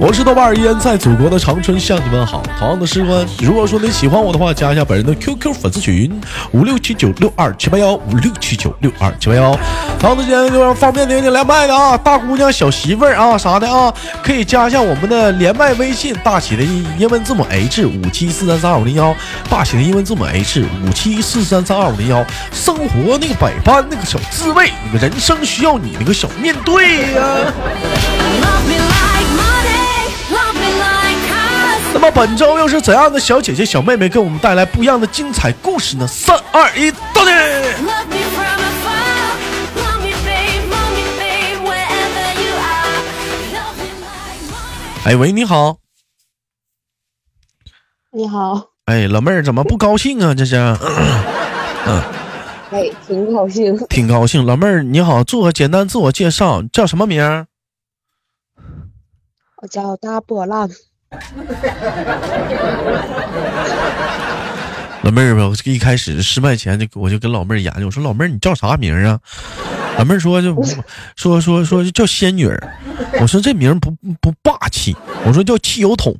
我是豆瓣儿依然在祖国的长春向你们好。同样的时光，如果说你喜欢我的话，加一下本人的 QQ 粉丝群五六七九六二七八幺五六七九六二七八幺。同样的时间，就要方便您连麦的啊，大姑娘、小媳妇儿啊啥的啊，可以加一下我们的连麦微信，大写的英文字母 H 五七四三三二五零幺，大写的英文字母 H 五七四三三二五零幺。生活那个百般那个小滋味，你们人生需要你那个小面对啊呀、 Love me like money, love me like cars. 那么本周又是怎样的小姐姐、小妹妹给我们带来不一样的精彩故事呢？三二一，到底 Love me from afar. Love me, babe, love me, babe, wherever you are. Love me like money. 哎喂，你好，你好，哎，老妹儿怎么不高兴啊？这是哎，挺高兴。挺高兴。老妹儿你好，做个简单自我介绍，叫什么名儿？我叫大波浪，老妹儿吧，我一开始失败前就我就跟老妹儿研究，我说老妹儿你叫啥名儿啊？ 老妹儿说就说说说叫仙女儿，我说这名儿不不霸气，我说叫汽油桶。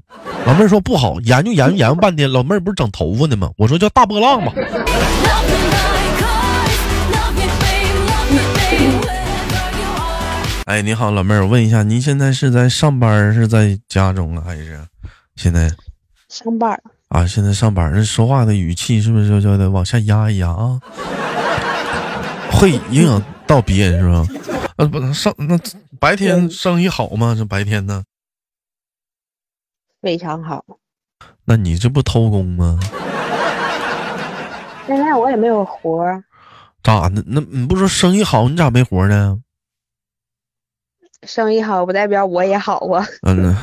老妹儿说不好，研究研究研究半天，老妹儿不是整头发呢吗？我说叫大波浪吧。 Love me like cars. Love me, babe, love me, babe, wherever you are. 哎，你好，老妹儿，我问一下，您现在是在上班儿，是在家中啊，还是现在上班儿啊？现在上班儿，那说话的语气是不是就就得往下压一压啊？会影响到别人是吧？呃、不，上那白天生意好吗？这白天呢？非常好。那你这不偷工吗？现在我也没有活儿，咋的？那你不说生意好，你咋没活呢？生意好不代表我也好 啊。嗯呢，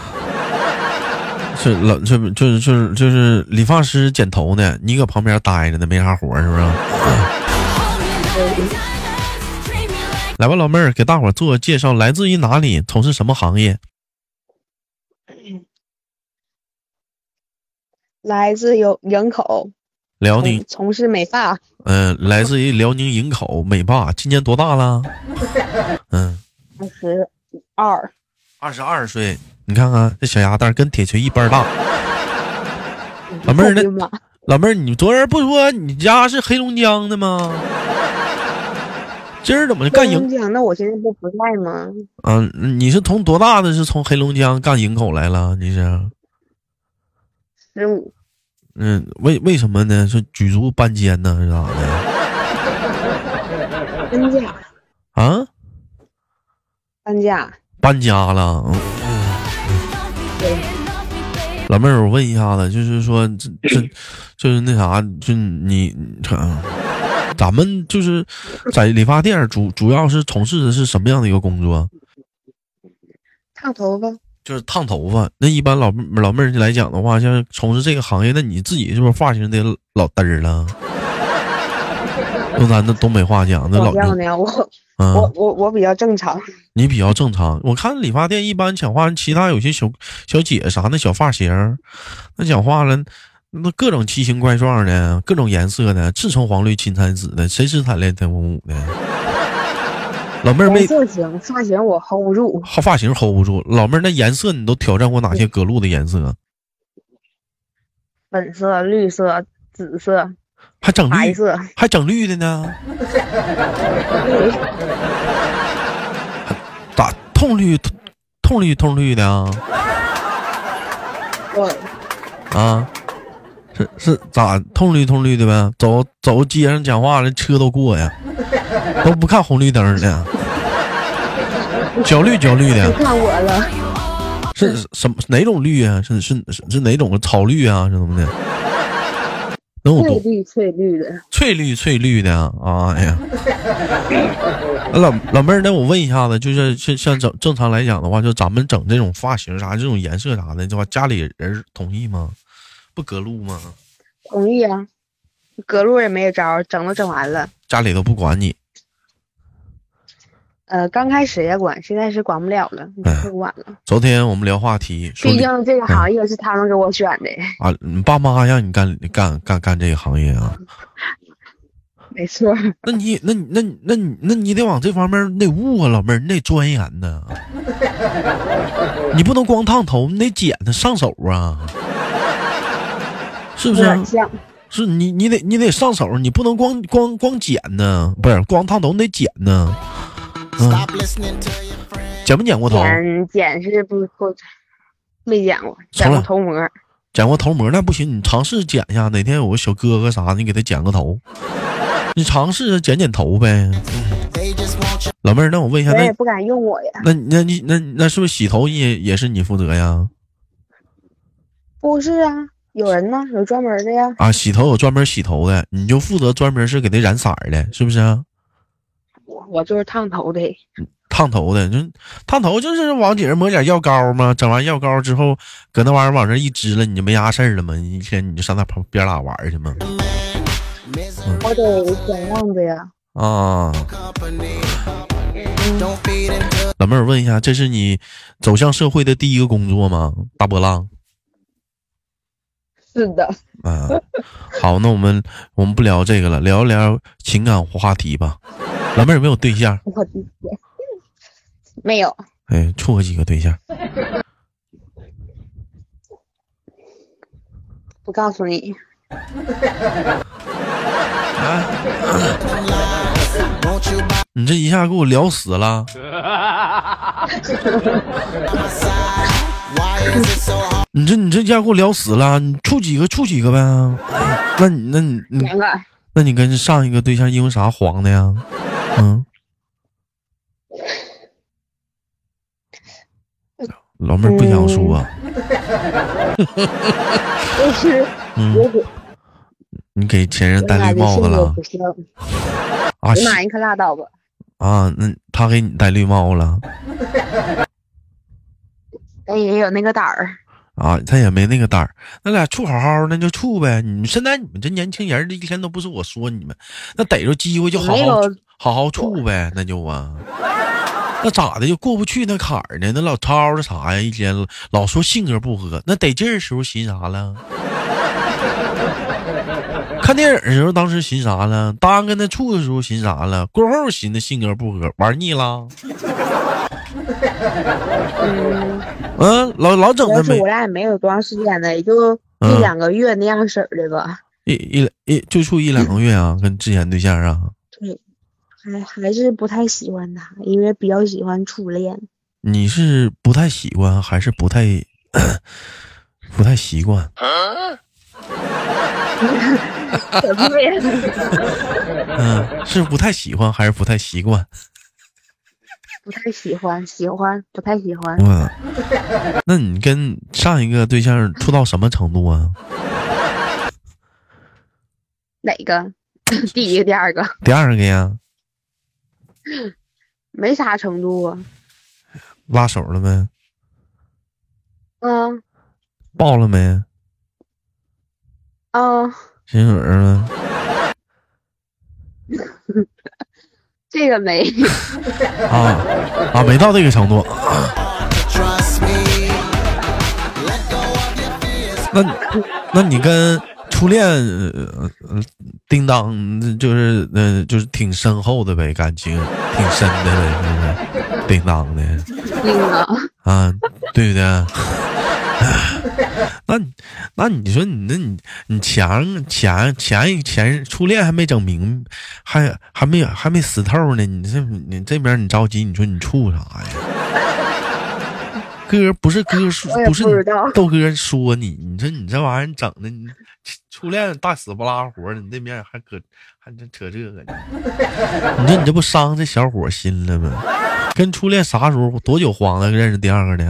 是老这就是就是就是理发师剪头呢，你搁旁边待着呢，没啥活儿是不是？ Hold me like diamonds. Treat me like 来吧，老妹儿，给大伙儿做个介绍，来自于哪里，从事什么行业？来自有营口，辽从宁，从事美发，嗯、来自于辽宁营口美发，今年多大了？嗯，二十二，二十二岁。你看看这小鸭蛋儿跟铁锤一般大。老妹儿，啊那我的妈，老妹儿，你昨儿不说你家是黑龙江的吗？今儿怎么就干营东？江，那我现在不不在吗？嗯、你是从多大的是从黑龙江干营口来了？你是？十五，嗯，为为什么呢？是举足搬迁呢？是咋的？搬家，啊，搬家，搬家了。嗯 love me, babe, love me, babe. 老妹儿，我问一下子，就是说，这这，就是那啥，就你，啊咱们就是在理发店儿主主要是从事的是什么样的一个工作？烫头发，就是烫头发。那一般老妹儿老妹儿来讲的话，像从事这个行业，那你自己是不是发型得老嘚儿了？用咱的东北话讲，那老我漂亮，我嗯我，我我比较正常，你比较正常。我看理发店一般讲话，其他有些小小姐啥的小发型儿，那讲话了，那各种奇形怪状的，各种颜色的，赤橙黄绿青蓝紫的，谁是惨烈的文武的？老妹儿没颜色行，发型我 hold 不住，好发型 hold 不住，老妹儿那颜色你都挑战过哪些隔路的颜色？粉色、绿色、紫色、还整白绿，色，还整绿的呢？ 对咋痛绿痛痛绿痛绿的啊？我啊，是是咋痛绿痛绿的呗？走走街上讲话，人车都过呀，都不看红绿灯的，焦绿焦绿别的，看我了。是是什么哪种绿啊？是是是是哪种草绿啊？是怎么的？能有翠多绿翠绿的，翠绿翠绿的啊？哎呀，老老妹儿，那我问一下子，就是像像正正常来讲的话，就咱们整这种发型啥、这种颜色啥的，的话，家里人同意吗？不隔路吗？同意啊。隔路也没有招儿，整都整完了。家里都不管你。呃，刚开始也管，现在是管不了了，不管了。昨天我们聊话题，哎说毕你哎竟这个行业是他们给我选的，啊，你爸妈让你干干干干这个行业啊，没错。那你那你那你那你那你得往这方面儿你得悟啊，老妹儿，你得钻研呢，你不能光烫头，你得剪它上手啊，是不有是啊？点像，是你你得你得上手，你不能光光光剪呢，不是光烫头，你得剪呢，嗯， Stop listening to your friends. 剪没剪过头？剪剪是不不没剪过，从剪来过头模，剪过头模那不行，你尝试剪一下，哪天有个小哥哥啥的，你给他剪个头， 你尝试着剪剪头呗。 They just want your 老妹儿，那我问一下，我那也不敢用我呀。那那你那那是不是洗头也也是你负责呀？不是啊，有人呢，有专门的呀。啊，洗头有专门洗头的，你就负责专门是给他染色儿的，是不是啊？我我就是烫头的，烫头的，就烫头就是往底下抹点药膏嘛，整完药膏之后，搁那玩意儿往这一支了，你就没啥事儿了嘛，一天你就上那旁边儿拉玩儿去嘛。 misery 我得转样子呀。啊， company. Don't feed into 老妹儿，我问一下，这是你走向社会的第一个工作吗？大波浪是的，啊，好，那我们我们不聊这个了，聊一聊情感话题吧。老妹儿有没有对象？我的天， 没有，哎，处过几个对象？不告诉你， Won't you by 你这一下给我聊死了。 my side? Why is it so hard 你这你这家给我聊死了，你处几个处几个呗？哎那你那你你两个那你跟上一个对象因为啥黄的呀？嗯，老妹儿不想说、就是嗯，我给你给前任我戴俩绿的帽性子格了不像，啊？你是妈你可拉倒吧，啊，那他给你戴绿帽了咱也有那个胆儿，啊？他也没那个胆儿，那俩处好好的就处呗。你们现在你们这年轻人，这一天都不是我说你们，那逮着机会就好没好有好好处呗，那就啊，那咋的就过不去那坎儿呢？那老吵吵啥呀？一天老说性格不合，那得劲儿时候寻啥了？ 看电影的时候，当时寻啥了？当跟他处的时候寻啥了？过后寻思性格不合，玩腻了。 嗯，老老整主那要是没我俩也没有多长时间的，也就一嗯两个月那样式儿的吧，一一一就处一两个月啊，跟之前对象啊，还还是不太喜欢他，因为比较喜欢初恋，你是不太喜欢还是不太 不太习惯？小初恋，嗯，是不太喜欢还是不太习惯？不太喜欢，喜欢不太喜欢，嗯，那你跟上一个对象处到什么程度啊？哪个？ 第一个、第二个，第二个呀，没啥程度啊，拉手了没？嗯抱了没？嗯，亲嘴儿了没？这个没，啊啊，没到这个程度。 to trust me? Let go of your fears. 那你那你跟初恋、呃、呃叮当就是呃就是挺深厚的呗，感情挺深的呗，是不是？叮当的。那个啊，对不对？那你那你说你那你你前前前一前初恋还没整明，还还没还没死透呢，你这你这边你着急，你说你处啥啊呀？哥不是哥说我也不是不知道豆哥说你，你说你这玩意儿整的，你初恋大死不拉活的，你那边还搁还这扯这个呢， 你说你这不伤这小伙心了吗？跟初恋啥时候多久黄的认识第二个的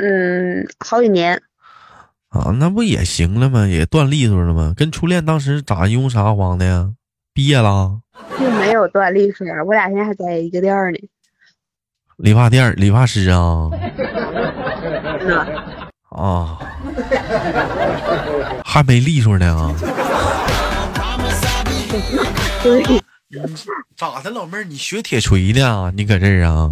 嗯，好几年，啊？那不也行了吗？也断利索了吗？跟初恋当时咋因为啥黄的呀？毕业了，并没有断丽丝，我俩现在还在一个店儿呢。理发店儿理发师啊嗯，啊，还没利索呢啊！对，咋的，老妹儿，你学铁锤呢？你搁这儿啊？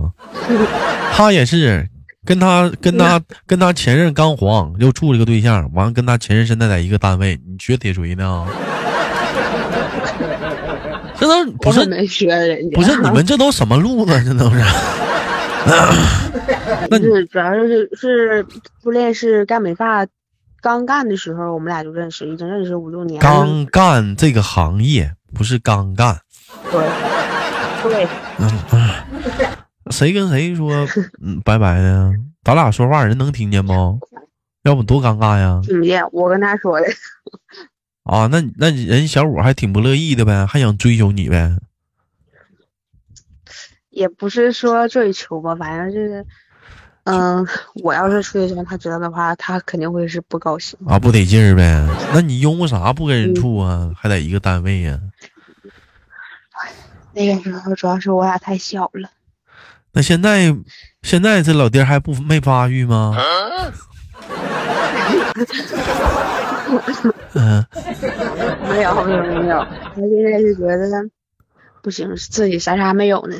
他也是跟他跟他跟他前任刚黄，又处了个对象，完了跟他前任现在在一个单位，你学铁锤呢？啊 这都不我是可没学人家，不是你们这都什么路子？这都是那你是主要是是初恋是干美发，刚干的时候我们俩就认识，已经认识五六年了。刚干这个行业，不是刚干。对对，谁跟谁说 嗯拜拜呢？咱俩说话人能听见不？要不多尴尬呀！听不见我跟他说的， 啊，那你那你人小五还挺不乐意的呗，还想追求你呗？也不是说追求吧，反正就是。嗯，我要是处对象，他知道的话，他肯定会是不高兴。啊，不得劲儿呗？那你悠磨啥不跟人处啊？还在一个单位呀、那个时候主要是我俩太小了，那现在现在这老爹还不没发育吗？嗯、没有没有没有，他现在是觉得不行，自己啥啥没有呢，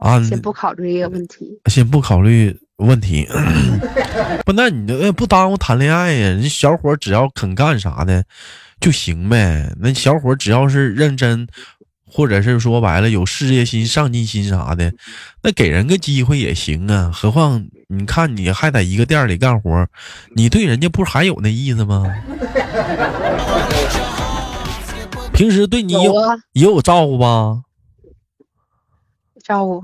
啊，先不考虑这个问题。先不考虑问 题，不，那你这不耽误谈恋爱呀？人小伙只要肯干啥的就行呗。那小伙只要是认真，或者是说白了有事业心、上进心啥的，那给人个机会也行啊。何况你看你还在一个店里干活，你对人家不还有那意思 吗？平时对你有有啊，也有照顾吧？照顾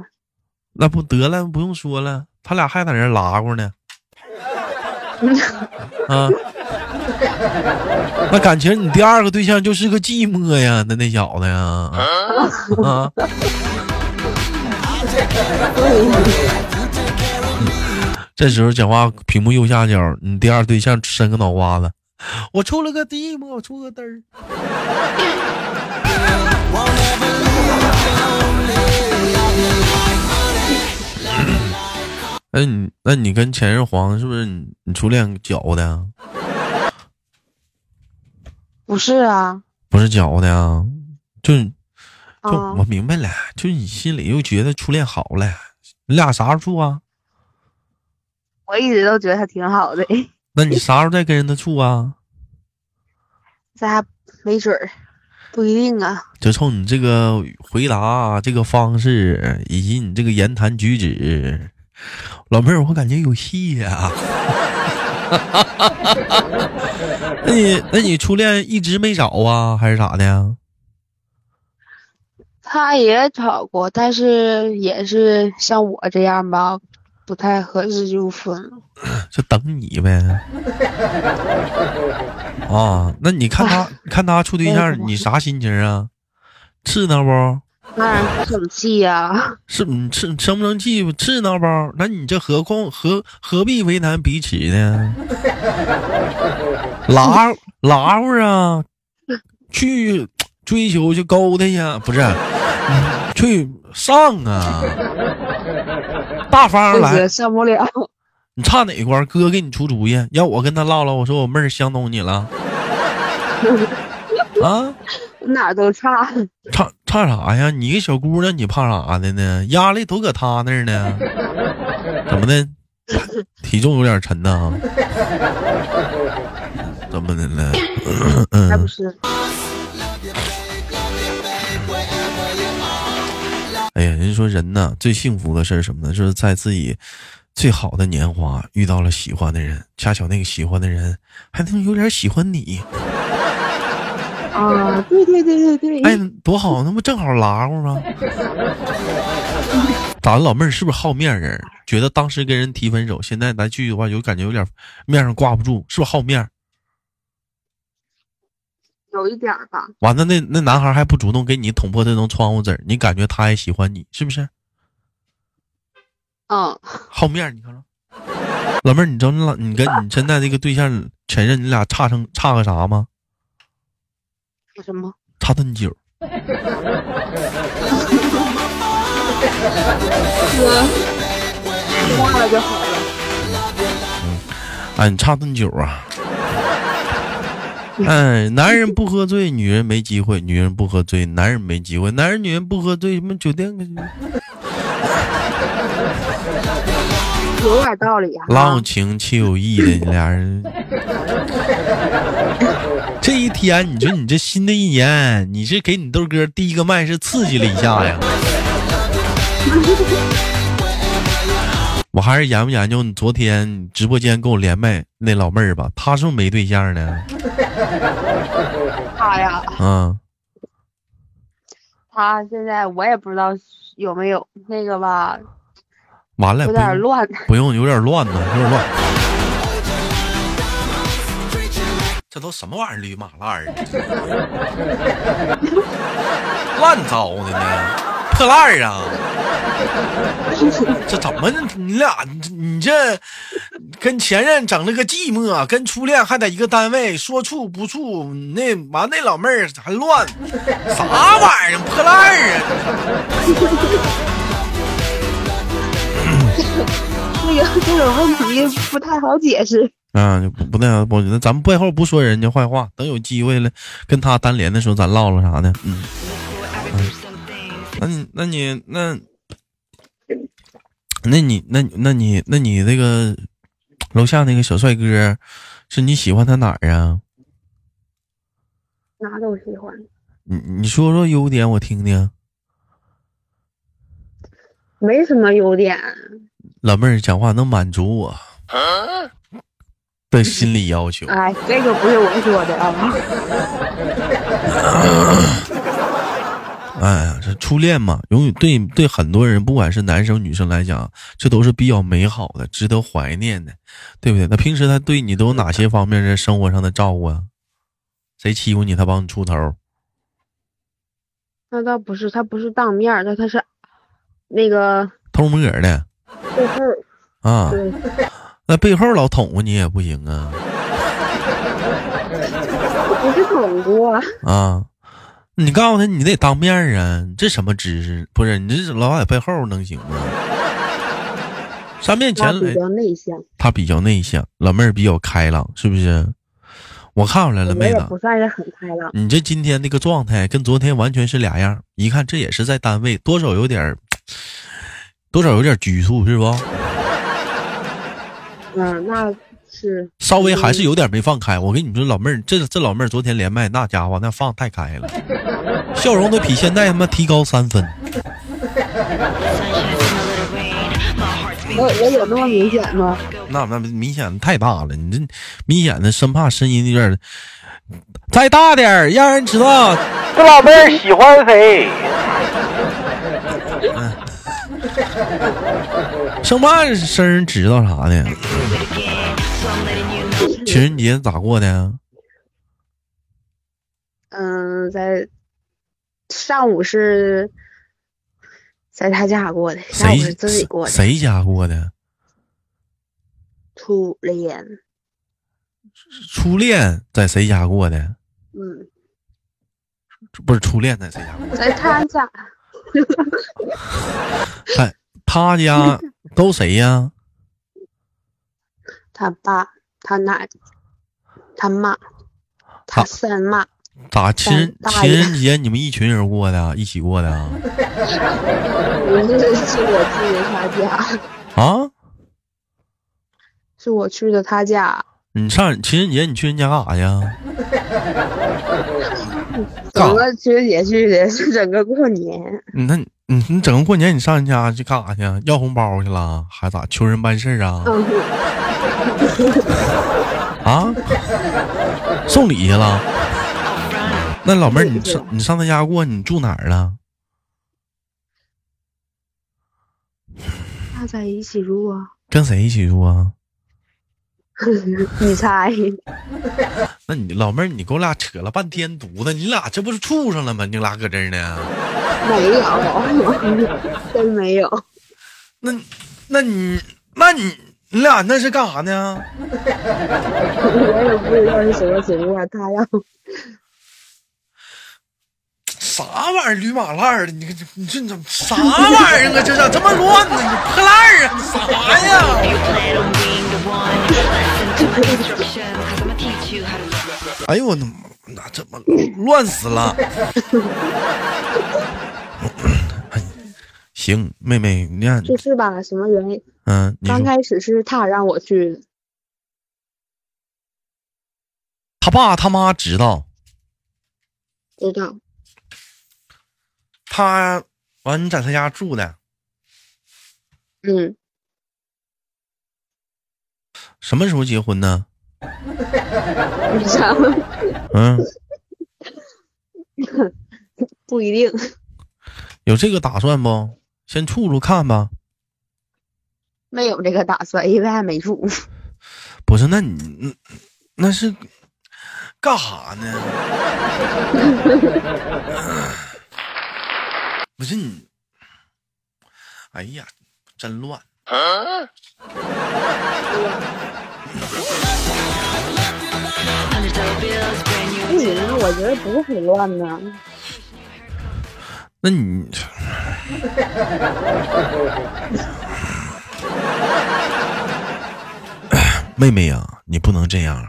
那不得了，不用说了，他俩还在那儿拉过呢。啊，那感情你第二个对象就是个寂寞呀，那那小子呀，啊，这时候讲话，屏幕右下角，你第二对象伸个脑瓜子，我出了个寂寞，我出个嘚儿。那你那你跟前任黄是不是你你初恋搅的呀？不是啊，不是搅的呀？就就啊我，明白了，就你心里又觉得初恋好了，你俩啥时候处啊？我一直都觉得他挺好的，那你啥时候再跟人家处啊？咱俩没准儿，不一定啊。就冲你这个回答、啊这个方式以及你这个言谈举止，老妹儿，我感觉有戏呀、 那你那你初恋一直没找啊，还是咋的呀？他也找过，但是也是像我这样吧，不太合适就分了。就等你呗。啊，那你看他看他处对哎象怎，么你啥心情啊？刺挠不？当然生气呀、是你刺生不生气？刺挠不？那你这何况何何必为难彼此呢？拉拉乎啊，去追求去勾搭呀，不是，嗯去上啊，大方我来觉。得上不了。你差哪块儿？哥给你出主意，要我跟他唠唠。我说我妹儿相中你了， 啊，哪儿都差，差差啥呀？你个小姑娘，你怕啥的呢？压力都搁他那儿呢，怎么的？体重有点沉呐？怎么的了？那不是哎呀，人家说人呐，最幸福的事儿是什么呢？就是在自己最好的年华遇到了喜欢的人，恰巧那个喜欢的人还能有点喜欢你。啊？对对对对哎对，，多好，那不正好拉乎吗？咱老妹儿是不是好面人？觉得当时跟人提分手，现在咱去的话，有感觉有点面上挂不住，是不是好面儿？有一点儿吧。完了，那那男孩还不主动给你捅破这层窗户纸儿，你感觉他也喜欢你，是不是？嗯，好面儿，你看着。老妹儿，你知道你老你跟你现在这个对象承认你俩差成差个啥吗？那什么？差顿酒。忘了就好了。哎，你差顿酒啊？哎，男人不喝醉，女人没机会；女人不喝醉，男人没机会；男人女人不喝醉，什么酒店有点道理啊。 浪情且有意的俩人。这一天，你说你这新的一年，你是给你豆哥第一个麦是刺激了一下呀？我还是研究研究你昨天直播间跟我连麦那老妹儿吧，她是不是没对象呢？他呀，嗯，他现在我也不知道有没有那个吧，完了，有哎不点用乱。 不用，有点乱呢，有点乱。 这都什么玩意儿，驴马烂儿啊，乱糟的呢，破烂儿啊！这怎么你俩你这跟前任整了个寂寞，啊跟初恋还在一个单位，说处不处，那完那老妹儿还乱，啥玩意儿破烂儿啊！这个这种问题不太好解释。啊，就不不那样，不，那咱们背后不说人家坏话，等有机会了跟他单连的时候，咱唠唠啥的。嗯，嗯那你那你那，那你那那你那你那个楼下那个小帅哥，是你喜欢他哪儿啊？哪都喜欢。你你说说优点，我听听。没什么优点，老妹儿讲话能满足我的心理要求。哎，这个不是我说的啊。哎呀，这初恋嘛，永远对对很多人，不管是男生女生来讲，这都是比较美好的，值得怀念的，对不对？那平时他对你都有哪些方面的生活上的照顾啊？谁欺负你，他帮你出头？那倒不是，他不是当面儿的，他是那个偷摸的背后儿啊？对，那背后老捅咕你也不行啊不是捅过，啊！你告诉他，你得当面儿啊！你这什么知识？不是你这老在背后能行吗？上面前他来比，较内向，他比较内向，老妹儿比较开朗，是不是？我看出来了，我妹也子，不算是很开朗。你这今天那个状态跟昨天完全是俩样儿，一看这也是在单位，多少有点儿，多少有点儿拘束，是不？嗯，那是稍微还是有点没放开。我跟你们说，老妹儿，这这老妹儿昨天连麦，那家伙那放太开了，笑容都比现在他妈提高三分。我我有那么明显吗？那那明显太大了，你这明显的生怕声音有点儿再大点儿，让人知道 这老妹儿喜欢谁？ 生怕生人知道啥的。情人节咋过的呀？嗯，在上午是在他家过的，下午谁是自己过的。谁家过的？初恋，初恋在谁家过的？嗯，不是初恋在谁家过的？在他家，在他家都谁呀？他爸、他奶、他妈、好他三妈。咋情人大情爷人节你们一群人过的 啊，一起过的啊？ 我这是我去的他家，啊？是我去的他家，你上情人节你去人啊家干啥呀？干整个情人节去的，是整个过年。你那你你整个过年你上人家去干啥去啊？要红包去了，还咋求人办事儿啊？嗯，啊？送礼去了？那老妹儿，你对上你上他家过，你住哪儿了？那在一起住啊？跟谁一起住啊？ 你猜？那你老妹儿，你给我俩扯了半天犊子，你俩这不是处上了吗？你俩搁这儿呢？ 没有， 真没有。那，那你，那你，你俩那是干啥呢？我也不知道是什么情况，他要啥玩意儿驴马烂儿的？你这你这你这啥玩意儿啊？这咋这么乱呢？你破烂儿啊？啥呀？ You plan on being the one. Lessons and instructions, cause I'ma teach you how to love. 哎呦我的妈，那怎么乱死了？ 哎行，妹妹，你看， 就是吧，什么原因？嗯、你刚说开始是他让我去，他爸他妈知道知道他完你在他家住的嗯，什么时候结婚呢？然后嗯，不一 定，有这个打算不？先处处看吧。没有这个打算，因为还没 处。不是，那你那是干哈呢？ 不是你，哎呀，真乱！不行，我觉得不是很乱呢。那你，妹妹呀、你不能这样啊！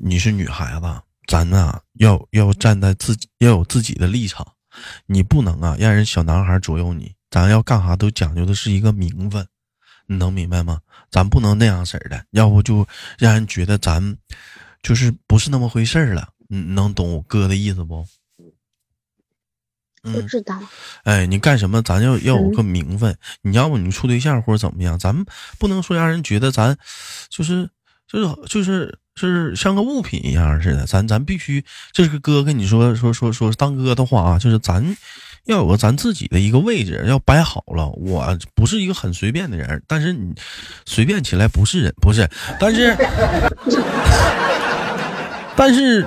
你是女孩子，咱呐、要要站在自己要有自己的立场，你不能啊让人小男孩左右你。咱要干啥都讲究的是一个名分，你能明白吗？咱不能那样式儿的，要不就让人觉得咱就是不是那么回事儿了。你你能懂我哥的意思不？不嗯，知道，哎，你干什么？咱要要有个名分。你要不你处对象或者怎么样，咱们不能说让人觉得咱就是就是就是就是像个物品一样似的。咱咱必须，这是哥跟你说说说说当哥的话啊，就是咱要有个咱自己的一个位置，要摆好了。我不是一个很随便的人，但是你随便起来不是人，不是，但是但是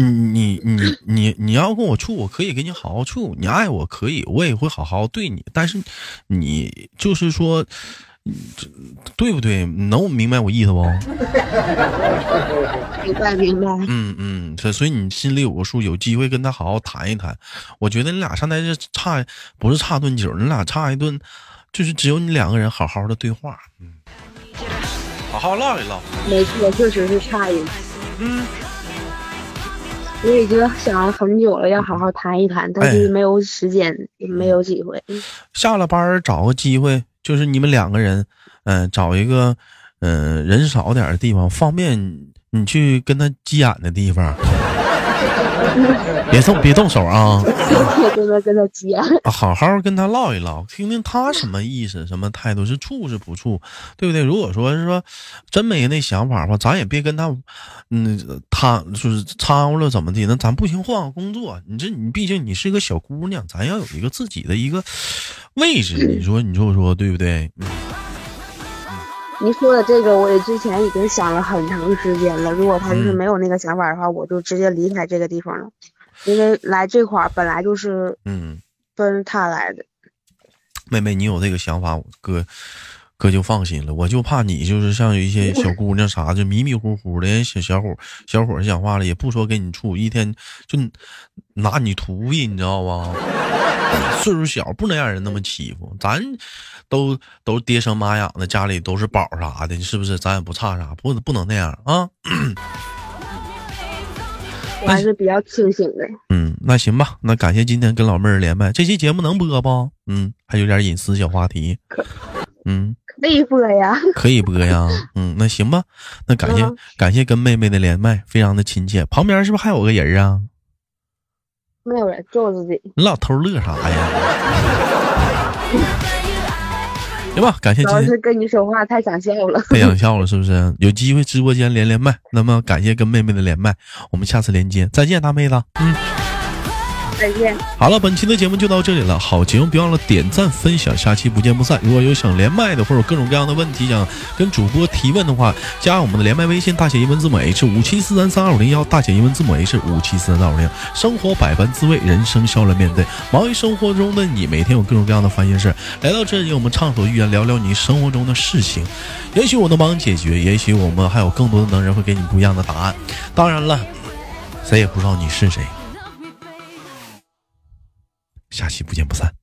你你你你你要跟我处，我可以跟你好好处，你爱我可以，我也会好好对你。但是你就是说，嗯这对不对？你能明白我意思不？明白明白。嗯嗯，所所以你心里有个数，有机会跟他好好谈一谈。我觉得你俩现在是差，不是差顿酒，你俩差一顿，就是只有你两个人好好的对话，嗯，好好唠一唠。没错，确实是诧异。嗯，我已经想了很久了，要好好谈一谈，但是哎没有时间，也没有机会。 下了班儿找个机会，就是你们两个人，嗯、找一个，嗯、人少点儿的地方，方便你去跟他急眼的地方。别动，别动手啊！我真的跟他急眼，啊好好跟他唠一唠，听听他什么意思、什么态度，是处是不处，对不对？如果说是说真没那想法吧，咱也别跟他，嗯，他就是掺和了怎么的？那咱不行，换个工作。你这你毕竟你是个小姑娘，咱要有一个自己的一个位置。你说你说我说对不对？嗯您说的这个，我也之前已经想了很长时间了。如果他就是嗯没有那个想法的话，我就直接离开这个地方了，因为来这块儿本来就是嗯，奔着他来的。妹妹，你有这个想法，我哥哥就放心了。我就怕你就是像一些小姑娘啥，就迷迷糊糊的小小伙小伙儿讲话了，也不说跟你处，一天就拿你徒弟，你知道吧？ 岁数小，不能让人那么欺负。咱都都是爹生妈养的，家里都是宝啥的，是不是？咱也不差啥，不不能那样啊。我哎还是比较清醒的。嗯，那行吧，那感谢今天跟老妹儿连麦，这期节目能播不？嗯，还有点隐私小话题。嗯。可以播呀，可以播 呀，嗯，那行吧，那感谢、嗯感谢跟妹妹的连麦，非常的亲切。旁边是不是还有个人啊？没有人就我自己。你老偷乐啥 呀？行吧，感谢主今要天是跟你说话太想笑了。太想笑了，是不是？有机会直播间连连麦，那么感谢跟妹妹的连麦，我们下次连接，再见，大妹子。嗯，再见。好了，本期的节目就到这里了。好节目，别忘了点赞分享，下期不见不散。如果有想连麦的，或者有各种各样的问题想跟主播提问的话，加我们的连麦微信，大写英文字母 H 五七四三三二五零幺，大写英文字母 H 五七四三三二五零。生活百般滋味，人生笑着面对。忙于生活中的你，每天有各种各样的烦心事儿。来到这里，我们畅所欲言，聊聊你生活中的事情。也许我能帮你解决，也许我们还有更多的能人会给你不一样的答案。当然了，谁也不知道你是谁。下期不见不散。